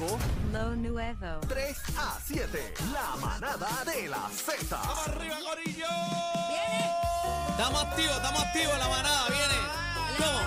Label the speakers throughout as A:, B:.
A: Mundo Nuevo.
B: 3 a 7, la manada de la Z.
C: ¡Vamos arriba, Corillo!
D: Estamos activos, estamos activos, la manada viene. ¿Cómo?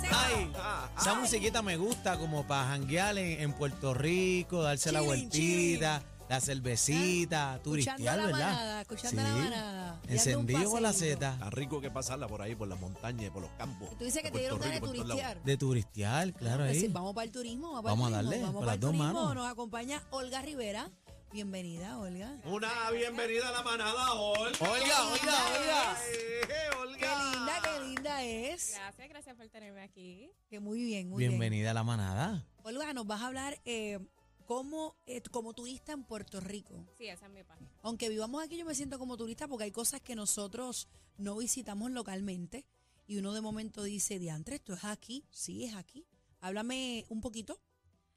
D: Dime, ay.
C: Ah,
D: Esa musiquita me gusta como para janguear en, en Puerto Rico, darse la
E: Chilling,
D: vueltita, la cervecita,
E: Escuchando
D: turistear,
E: la
D: ¿verdad?
E: manada, escuchando la manada, y
D: Encendido
E: dando un
D: con la
E: paseíto.
D: Z.
C: Está rico que pasarla por ahí, por las montañas, por los campos.
E: Tú dices que
C: de
E: te dieron
C: Puerto
E: ganas de
C: Rico, por todos
E: turistear.
C: lados.
D: De turisteal, claro,
E: Pues sí,
D: ahí.
E: vamos para el turismo, vamos, para
D: Vamos a
E: el turismo,
D: darle,
E: vamos
D: con
E: para
D: las
E: el
D: dos
E: turismo.
D: manos.
E: Nos acompaña Olga Rivera. Bienvenida, Olga.
C: Una bienvenida a la manada, Olga.
D: Olga, Olga, Olga.
C: Eh,
E: Qué
C: Olga.
E: linda, qué linda es.
F: Gracias, gracias por tenerme aquí.
E: Que muy bien, muy bien.
D: Bienvenida a la manada.
E: Olga, nos vas a hablar eh, cómo, eh, como turista en Puerto Rico.
F: Sí, esa es mi página.
E: Aunque vivamos aquí, yo me siento como turista porque hay cosas que nosotros no visitamos localmente y uno de momento dice, diantre, esto es aquí, sí, es aquí. Háblame un poquito.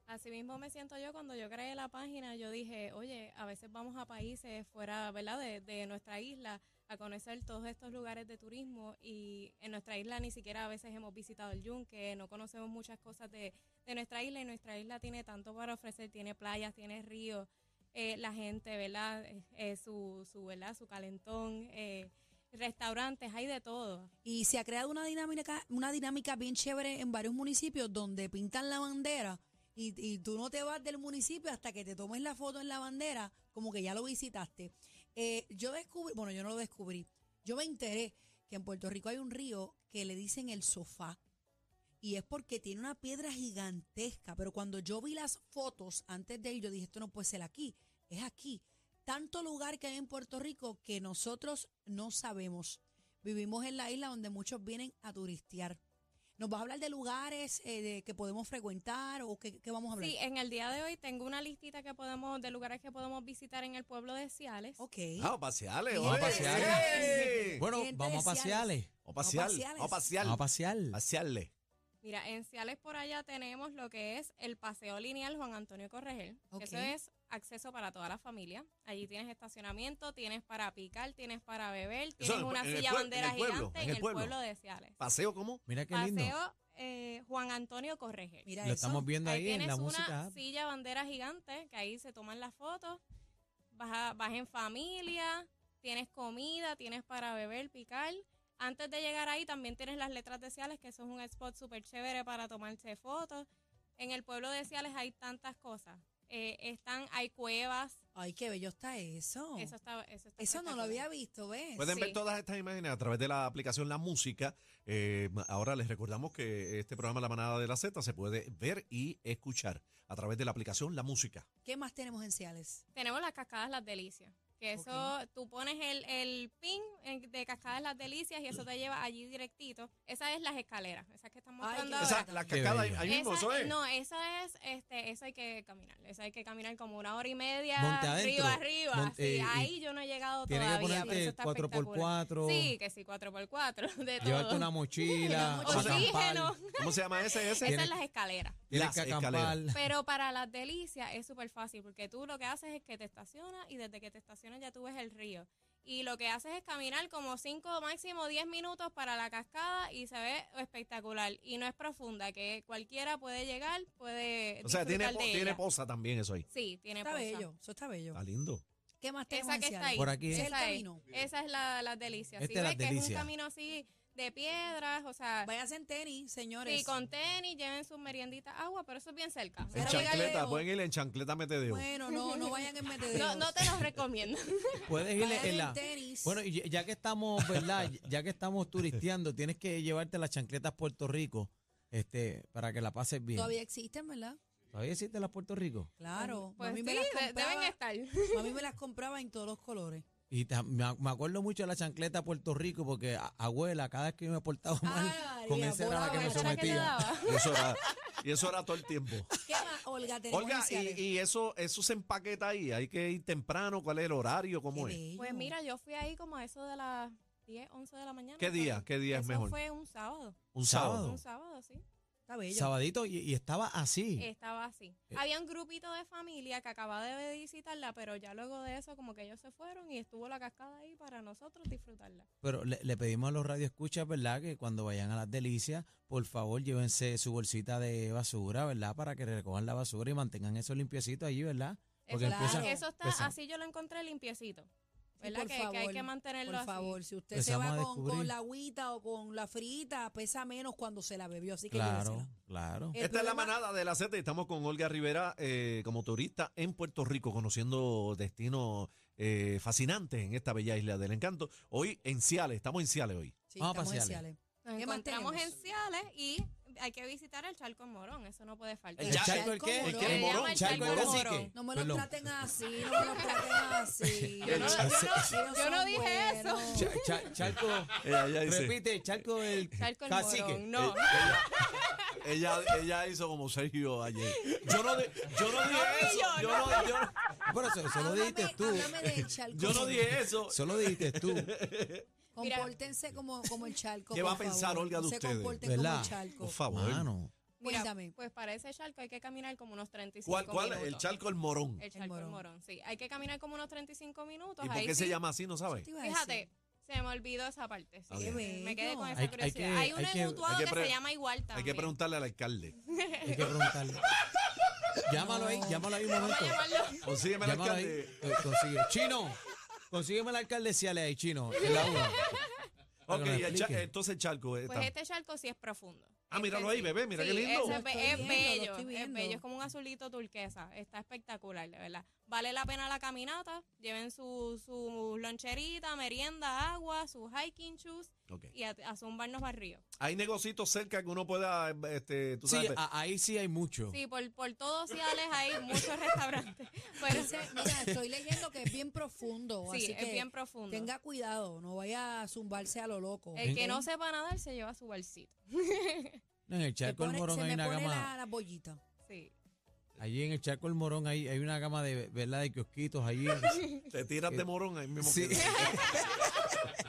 F: Así mismo me siento yo cuando yo creé la página, yo dije, oye, a veces vamos a países fuera, ¿verdad?, de, de nuestra isla a conocer todos estos lugares de turismo y en nuestra isla ni siquiera a veces hemos visitado el yunque, no conocemos muchas cosas de, de nuestra isla y nuestra isla tiene tanto para ofrecer, tiene playas, tiene ríos, eh, la gente, ¿verdad?, Eh, eh, su, su, ¿verdad?, su calentón, eh, restaurantes, hay de todo.
E: Y se ha creado una dinámica, una dinámica bien chévere en varios municipios donde pintan la bandera y, y tú no te vas del municipio hasta que te tomes la foto en la bandera, como que ya lo visitaste. Eh, yo descubrí, bueno, yo no lo descubrí, yo me enteré que en Puerto Rico hay un río que le dicen el sofá y es porque tiene una piedra gigantesca, pero cuando yo vi las fotos antes de ir, yo dije, esto no puede ser aquí, es aquí. Tanto lugar que hay en Puerto Rico que nosotros no sabemos. Vivimos en la isla donde muchos vienen a turistear. ¿Nos vas a hablar de lugares eh, de- que podemos frecuentar o qué, qué vamos a hablar?
F: Sí, en el día de hoy tengo una listita que podemos de lugares que podemos visitar en el pueblo de Ciales.
E: Ok.
C: Ah, o paseales,
E: Bien.
C: Olga.
D: Vamos a pasear.
C: Eh.
D: Bueno,
E: Gente
D: vamos a
E: de Ciales.
D: pasearle.
C: O pasear,
E: paseales.
C: o pasear,
D: Vamos a pasear.
C: pasearle.
F: Mira, en Ciales por allá tenemos lo que es el paseo lineal Juan Antonio Corregel.
E: Ok.
F: Eso es acceso para toda la familia. Allí tienes estacionamiento, tienes para picar, tienes para beber, tienes
C: en-
F: una
C: en el
F: silla
C: pue- en
F: bandera
C: el pueblo,
F: gigante
C: en
F: en
C: el
F: el,
C: pueblo.
F: pueblo. de Ciales.
C: Paseo cómo?
D: Mira qué lindo.
F: Paseo eh, Juan Antonio Corregel.
E: Mira
D: Lo
E: eso.
D: estamos viendo ahí, en
F: tienes
D: la
F: una
D: música.
F: silla bandera gigante, que ahí se toman las fotos. Vas, a- vas en familia, tienes comida, tienes para beber, picar. Antes de llegar ahí también tienes las letras de Ciales, que eso es un spot súper chévere para tomarse fotos. En el pueblo de Ciales hay tantas cosas. Eh, están, hay cuevas.
E: Ay, qué bello está eso. Oh.
F: Eso
E: Eso,
F: está, eso está
E: no lo
F: espectacular.
E: había visto, ¿ves?
C: Pueden ver
F: Sí.
C: todas estas imágenes a través de la aplicación La Música. Eh, ahora les recordamos que este programa La Manada de la Z se puede ver y escuchar a través de la aplicación La Música.
E: ¿Qué más tenemos en Ciales?
F: Tenemos las cascadas Las Delicias. Que eso, tú pones el, el pin en- de Cascadas Las Delicias y eso te lleva allí directito. Esa es las escaleras, esas que están
E: Ay,
F: mostrando
E: qué
F: ahora.
C: Esa,
E: Ahora,
C: la
D: qué
C: cascada ahí,
D: bello.
C: ahí mismo,
F: Ah, Esa-
C: eso es.
F: No, esa es, este, eso hay que caminar. Eso hay que caminar como una hora y media,
D: Monte adentro,
F: río arriba.
D: monte-
F: sí,
D: eh,
F: ahí yo no he llegado
D: Tienes que
F: todavía. pero eso
D: ponerte
F: está
D: 4x4,
F: espectacular. Sí, que sí, 4x4, de
D: llevarte
F: todo.
D: una mochila,
E: Una mochila.
D: acampar.
F: Oxígeno.
C: ¿Cómo se llama ese? ese?
F: Esa
D: Tienes-
F: es las escaleras.
D: Tienes
C: Las
D: que acampar.
C: escaleras.
F: Pero para las delicias es súper fácil porque tú lo que haces es que te estacionas y desde que te estacionas ya tú ves el río. Y lo que haces es caminar como 5, máximo 10 minutos para la cascada y se ve espectacular. Y no es profunda, que cualquiera puede llegar, puede.
C: O sea, tiene,
F: disfrutar
C: po-
F: de
C: tiene
F: ella.
C: posa también eso ahí.
F: Sí, tiene
E: Está
F: posa.
E: bello, eso está bello.
C: Está lindo.
E: ¿Qué más tenemos
F: Esa
E: en
F: que está
E: Ciales?
F: ahí.
D: Por aquí.
E: Ese es el
F: Esa es,
E: camino.
F: esa es la, las delicias.
D: Esta
F: si
D: es
F: ves
D: las
F: que es un
D: delicias.
F: camino así de piedras, o sea,
E: Váyanse en tenis, señores.
F: sí, con tenis, lleven sus merienditas agua, pero eso es bien cerca.
C: En
E: Pero
F: No llega
C: chancleta,
E: lejos.
C: pueden ir en chancleta metedeo.
E: Bueno, no, no vayan en
F: lejos.
E: metedero.
F: No, no te los recomiendo.
D: Puedes
E: Vayan
D: irle en
E: en
D: la.
E: tenis.
D: Bueno, y ya- ya que estamos, ¿verdad? ya que estamos turisteando, tienes que llevarte las chancletas Puerto Rico este, para que la pases bien.
E: Todavía existen, ¿verdad?
D: ¿Todavía existen las Puerto Rico?
E: Claro.
F: Pues
E: a mí
F: sí,
E: me las
F: de-
E: compraba,
F: deben estar.
E: mami me las compraba en todos los colores.
D: Y ta- me ac- me acuerdo mucho de la chancleta Puerto Rico porque a- abuela, cada vez que yo me portaba mal,
E: Ay,
D: con
E: María,
D: esa era la que
E: abuela,
D: me
F: ¿esa era que te
D: sometía.
F: daba?
C: Y eso era, y eso era todo el tiempo.
E: ¿Qué más, Olga? Tenemos
C: Olga,
E: en Ciales?
C: y, y eso, eso se empaqueta ahí. Hay que ir temprano. ¿Cuál es el horario? ¿Cómo
E: Qué
C: es?
E: bello.
F: Pues mira, yo fui ahí como a eso de las 10, 11 de la mañana.
C: ¿Qué día? ¿Qué día es
F: Eso
C: mejor?
F: fue un sábado.
C: Un
D: sábado.
C: sábado.
F: Un sábado, sí.
E: Está bello.
D: Sabadito y, y estaba así.
F: Estaba así.
D: Eh.
F: Había un grupito de familia que acababa de visitarla, pero ya luego de eso como que ellos se fueron y estuvo la cascada ahí para nosotros disfrutarla.
D: Pero le, le pedimos a los radioescuchas, ¿verdad? Que cuando vayan a las delicias, por favor, llévense su bolsita de basura, ¿verdad? Para que recojan la basura y mantengan eso limpiecito allí, ¿verdad?
F: Eso,
D: Porque
F: está-
E: empieza-
F: eso está,
D: empieza-
F: así yo lo encontré limpiecito. ¿Verdad?
E: por
F: que, que hay
E: favor,
F: que mantenerlo
E: Por
F: así.
E: favor, si usted
D: Pues
E: se
D: vamos
E: va
D: a
E: con,
D: descubrir.
E: con la agüita o con la frita, pesa menos cuando se la bebió. Así que
D: Claro,
E: llévesela.
D: claro.
E: El
C: Esta es la
E: problema-
C: manada de la Z y estamos con Olga Rivera eh, como turista en Puerto Rico, conociendo destinos eh, fascinantes en esta bella isla del encanto. Hoy en Ciales, estamos en Ciales hoy.
E: Sí,
D: Vamos a
E: estamos en
D: pasearle.
E: Ciales.
F: Nos
E: ¿Qué más
F: encontramos en
E: tenemos?
F: Ciales y hay que visitar el Charco en Morón, eso no puede faltar.
C: El Charco
E: el qué? ¿El qué?
F: Se
E: ¿El
F: llama
E: Morón?
F: el
D: Charco el
F: Charco
D: cacique.
F: en Morón.
E: No me los
D: Perdón.
E: traten así, no me los traten así.
F: Yo no- yo no-
E: Ellos
F: yo no
E: son
F: dije eso.
E: buenos.
D: Cha- cha- charco,
C: Ella,
D: repite, charco el
F: Charco el
D: cacique.
F: Morón, no.
C: ella, ella hizo como Sergio ayer. Yo no, di- yo no dije eso.
F: yo
C: Yo no, yo-
D: Ah, Pero eso, eso lo
E: Háblame-
D: dijiste tú.
E: háblame del charco.
C: yo no dije eso.
D: Eso lo dijiste tú.
E: Compórtense como, como el charco.
C: ¿Qué
E: por
C: va a pensar
E: favor.
C: Olga de
E: No
C: ustedes?
E: Se comporten como
D: ¿Verdad?
E: el charco.
C: Por favor.
D: Mano.
F: Mira,
E: Cuéntame.
F: pues para ese charco hay que caminar como unos 35
C: ¿Cuál, cuál?
F: minutos.
C: El charco el morón.
F: El charco el
E: Morón.
F: morón. sí. Hay que caminar como unos 35 minutos.
C: ¿Y por
F: ahí
C: qué se
F: sí.
C: llama así? No sabes.
E: Te iba a decir.
F: Fíjate, se me olvidó esa parte. sí.
C: Qué
F: Sí,
E: bello.
F: Me quedé con esa
D: Hay- hay
F: curiosidad.
D: que-
F: Hay, un
D: hay que-
F: mutuado
C: hay
F: que,
C: que pre-
F: se llama igual también.
C: Hay que preguntarle al alcalde.
D: Hay que preguntarle. Llámalo ahí, llámalo ahí un
F: Vamos
D: momento.
F: a llamarlo.
C: Consígueme al
D: Llámalo ahí.
C: alcalde.
D: Eh, Consigue. Chino, consígueme al alcalde Ciales ahí, Chino, en la 1.
C: Ok,
D: que nos
C: y el cha-
D: explique.
C: entonces el charco. eh,
F: Pues
C: está-
F: este charco sí es profundo.
C: Ah,
F: Este
C: míralo ahí,
F: sí.
C: bebé, mira qué
F: Sí,
C: lindo.
F: ese
E: Lo
F: es, be-
E: estoy
F: es
E: viendo, lo
F: bello,
E: estoy
F: es
E: viendo.
F: bello, es como un azulito turquesa. Está espectacular, de verdad. Vale la pena la caminata. Lleven su, su loncherita, merienda, agua, sus hiking shoes
C: ok.
F: y a, a zumbarnos al río.
C: Hay negocios cerca que uno pueda, este, tú
D: Sí, ah,
C: sabes.
D: a- ahí sí hay
C: Oh.
D: mucho.
F: Sí, por, por todos Ciales hay muchos restaurantes. Pero
E: Dice, mira, estoy leyendo que es bien profundo.
F: sí,
E: así
F: es
E: que
F: bien profundo.
E: tenga cuidado, no vaya a zumbarse a lo loco. ¿Eh?
F: El que
D: Ok.
F: no sepa nadar se lleva su bolsito.
D: En el
E: Se
D: charco del
E: pone-
D: Morón
E: se
D: hay
E: me
D: una
E: pone
D: gama.
E: la, la bollita.
F: Sí.
D: Allí en el Charco del Morón hay, hay una gama de, ¿verdad? de kiosquitos allí.
C: Te tiras de morón ahí mismo.
D: eh, Sí.
C: queda.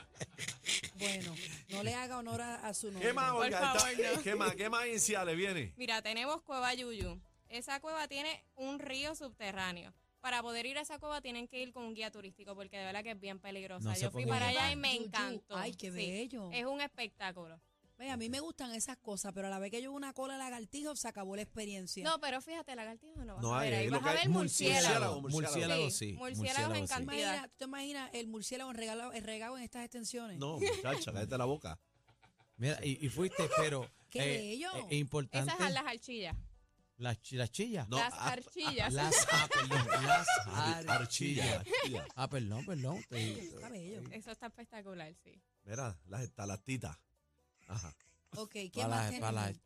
E: Bueno, no le haga honor a, a su nombre.
C: ¿Qué más,
F: Por
C: Olga?
F: favor,
C: Está-
F: no.
C: ¿Qué más? ¿Qué más iniciales viene?
F: Mira, tenemos Cueva Yuyu. Esa cueva tiene un río subterráneo. Para poder ir a esa cueva tienen que ir con un guía turístico porque de verdad que es bien peligrosa.
D: No sé
F: Yo fui
D: por qué.
F: para allá y
E: Cueva
F: me
E: Yuyu.
F: encantó.
E: Ay, qué
F: Sí,
E: bello.
F: es un espectáculo.
E: Ve, a mí me gustan esas cosas, pero a la vez que yo una cola de lagartijo, se acabó la experiencia.
F: No, pero fíjate, lagartija no vas
C: No
F: a ver.
C: hay,
F: Ahí
C: lo
F: vas
C: que
F: a
C: hay-
F: ver
C: murciélago,
D: Murciélago,
F: murciélago.
C: murciélago.
D: murciélago
F: Sí,
D: sí.
F: murciélagos
D: murciélago sí.
E: ¿Tú
F: encantados.
E: imaginas- ¿Tú te imaginas el murciélago enregado, enregado en estas extensiones?
C: No, muchacha, cállate la boca.
D: Mira, y, y fuiste, pero. eh,
E: Qué bello.
D: Es importante.
F: Esas son las archillas.
D: las, chi- las chillas.
C: No,
F: las
C: ar-
F: archillas.
D: Las. Ah, perdón. Las
C: Archilla.
D: archillas.
C: archilla.
D: Ah, perdón, perdón. te-
E: Está bello.
F: Eso está espectacular, sí.
C: Mira, las estalactitas. Ajá.
E: Ok, ¿qué
D: Para
E: más
D: las-
E: tenemos?
D: para las-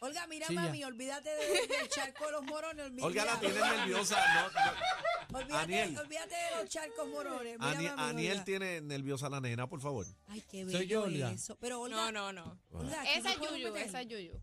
E: Olga, mira,
D: Chilla.
E: mami, olvídate de- del charco de los morones. Olvídate,
C: Olga la tiene nerviosa. no, no. Aniel.
E: olvídate, olvídate de los charcos morones. Mira,
C: Ani-
E: mami,
C: Aniel
E: Olga.
C: tiene nerviosa la nena, por favor.
E: Ay, qué bello
D: Soy yo, Olga.
E: eso. Pero Olga,
F: No, no, no.
E: Olga, ¿qué
F: Esa es
E: nos podemos
F: Yuyu,
E: meter?
F: esa es Yuyu.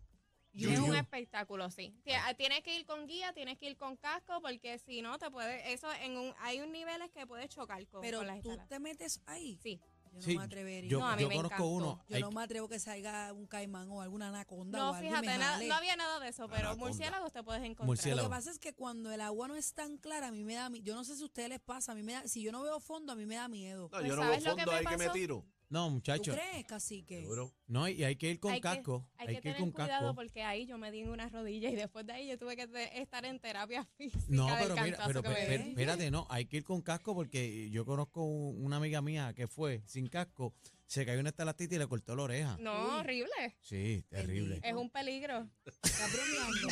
C: Yuyu.
F: Es un espectáculo, sí. Ti- Tienes que ir con guía, tienes que ir con casco, porque si no te puede, eso en un, hay un niveles que puedes chocar con,
E: Pero
F: con las
E: tú
F: escalas.
E: te metes ahí.
F: Sí.
E: Yo no
D: Sí,
E: me atrevería.
D: Yo,
F: No, a mí
D: yo
F: me
D: conozco
F: encantó.
D: uno.
E: Yo
D: hay-
E: no me atrevo que salga un caimán o alguna anaconda o
F: No,
E: algo y
F: fíjate,
E: me
F: nada-
E: jale.
F: no había nada de eso, pero
C: Anaconda.
F: murciélagos te puedes encontrar.
E: Lo
D: Murciélago.
E: que pasa es que cuando el agua no es tan clara, a mí me da mi- Yo no sé si a ustedes les pasa, a mí me da, si yo no veo fondo, a mí me da miedo.
C: No,
F: Pues,
C: yo no veo
F: ¿sabes lo que
C: fondo
F: me
C: ahí que me
F: pasó?
C: tiro.
D: No,
E: ¿Tú
D: muchacho.
E: crees, cacique?
C: Seguro.
D: No, y hay que ir con
F: Hay que-
D: casco.
F: Hay, que,
D: ir
F: tener
D: con
F: cuidado
D: casco.
F: porque ahí yo me di en unas rodillas y después de ahí yo tuve que te- estar en terapia física.
D: No,
F: del
D: pero mira,
F: cantazo
D: pero,
F: que
D: pe-
F: me
D: pe-
F: di.
D: espérate, no, hay que ir con casco porque yo conozco un- una amiga mía que fue sin casco, se cayó una estalactita y le cortó la oreja.
F: No,
E: Uy.
F: horrible.
D: Sí, terrible.
F: Es un peligro.
E: Está bromeando.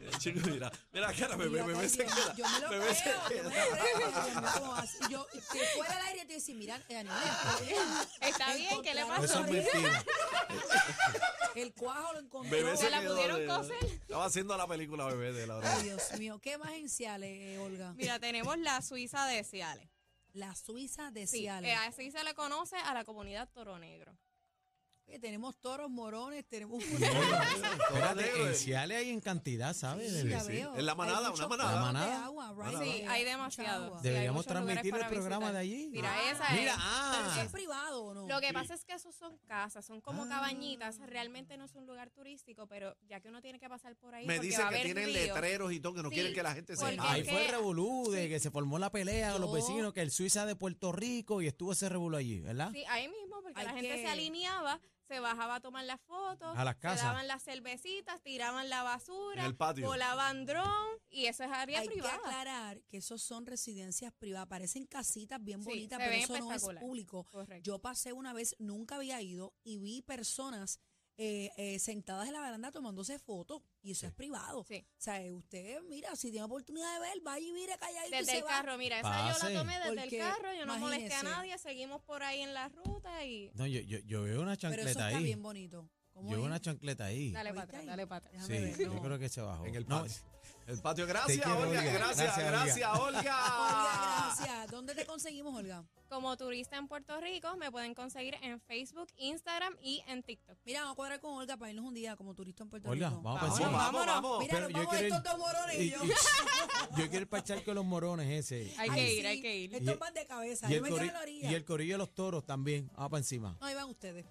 C: Eh, Chico, mira, mira, cara,
E: Y yo
C: bebé,
E: acá,
C: bebé se
E: Dios,
C: queda.
E: Yo me lo
C: Bebé se
E: creo, yo me
C: queda.
E: lo creo. Dios mío, ¿cómo vas? Y Yo, si fuera al aire, te decía, mira, eh, Aniel, está bien.
F: Está bien, ¿qué le
E: Encontraron
F: pasó?
D: Eso es mentira.
E: El cuajo lo encontró.
C: Bebé
F: Se la
C: quedó
F: pudieron
C: de-
F: coser.
C: Estaba haciendo la película, bebé, de la
E: Ay,
C: verdad.
E: Dios mío, qué más en Ciales, eh, Olga.
F: Mira, tenemos la Suiza de Ciales.
E: La Suiza de
F: Sí,
E: Ciales.
F: eh, así se le conoce a la comunidad Toro Negro.
E: Oye, tenemos toros, morones, tenemos un
D: Espérate,
C: Espérate,
D: en Ciales hay en cantidad, ¿sabes?
E: Sí,
D: De-
E: ya
C: sí.
E: veo.
C: Es la manada,
E: Hay
C: una
E: muchos
C: manada.
E: cuerpos
D: La
E: de
D: manada.
E: agua, right?
C: Manada.
F: Sí, hay demasiado. Sí, hay
D: Deberíamos
F: muchos lugares
D: transmitir el
F: para
D: programa
F: visitar.
D: de allí.
F: Mira,
E: Ah,
F: esa
D: Mira,
F: es.
E: Pero eso
D: ah.
E: es privado o no.
F: Lo que pasa es que esos son casas, son como
D: Ah.
F: cabañitas, realmente no es un lugar turístico, pero ya que uno tiene que pasar por ahí,
C: Me
F: porque
C: dicen
F: va a
C: que
F: haber
C: tienen
F: río.
C: letreros y todo, que no
F: Sí,
C: quieren que la gente se
F: porque
C: vaya.
D: Ahí
F: es
D: fue el
F: que-
D: revolú de que se formó la pelea con los
E: Yo-
D: vecinos, que el Suiza de Puerto Rico y estuvo ese revolú allí, ¿verdad?
F: Sí, ahí mismo, porque
E: Hay
F: la gente
E: que-
F: se alineaba, se bajaba a tomar las fotos,
D: A las casas.
F: se daban las cervecitas, tiraban la
C: En
F: basura,
C: el patio.
F: volaban dron, y eso es área
E: Hay que
F: privada.
E: aclarar que esos son residencias privadas, parecen casitas bien
F: Sí,
E: bonitas,
F: se
E: pero
F: ven
E: eso no es
F: espectacular.
E: público.
F: Correcto.
E: Yo pasé una vez, nunca había ido, y vi personas eh, eh, sentadas en la baranda tomándose fotos, y eso es privado.
F: Sí.
E: O sea, eh, usted, mira, si tiene oportunidad de ver, vaya y mire calladito y
F: Desde
E: se
F: el
E: va.
F: carro, mira, esa yo
D: Pase.
F: la tomé desde
E: Porque,
F: el carro, yo no molesté a
E: imagínese.
F: nadie, seguimos por ahí en la ruta y...
D: No, yo, yo, yo veo
E: Pero
D: una
E: eso
D: chancleta
E: está
D: ahí.
E: bien bonito. ¿Cómo
D: Yo
E: es?
D: veo una chancleta ahí.
F: Dale para
E: ¿Oíste
F: atrás,
E: ahí?
F: dale para atrás.
E: Déjame
D: Sí,
E: ver,
D: yo
E: no.
D: creo que se bajó.
C: En el
D: No,
C: patio. El patio, gracias,
D: quiero,
C: Olga,
D: Olga.
C: gracias,
D: Gracias,
C: gracias, Olga.
F: Ah.
E: Olga, gracias. ¿Dónde te conseguimos, Olga?
F: Como turista en Puerto Rico, me pueden conseguir en Facebook, Instagram y en TikTok.
E: Mira, vamos a cuadrar con Olga para irnos un día como turista en Puerto
D: Olga,
E: Rico.
D: vamos para
C: Vamos,
D: encima.
C: vamos, vamos.
E: Mira,
D: Pero
E: nos
D: yo
E: vamos
D: quiero
E: estos
D: ir-
E: dos morones y yo.
D: Y- Yo quiero ir para echar con los morones ese.
F: Hay
E: Ay,
F: que
E: sí,
F: ir, hay que ir.
E: Estos
D: Y-
E: van de cabeza.
D: Y
E: Yo
D: el,
E: me quedo en
D: cori-
E: la orilla.
D: y el corillo de los toros también. Vamos para encima.
E: No, ahí van ustedes.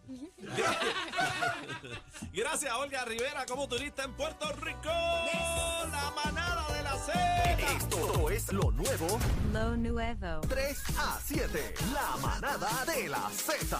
C: Gracias, Olga Rivera, como turista en Puerto Rico. La manada de la Z.
B: Esto es lo nuevo
A: Lo Nuevo.
B: 3 a 7. La manada de la Z.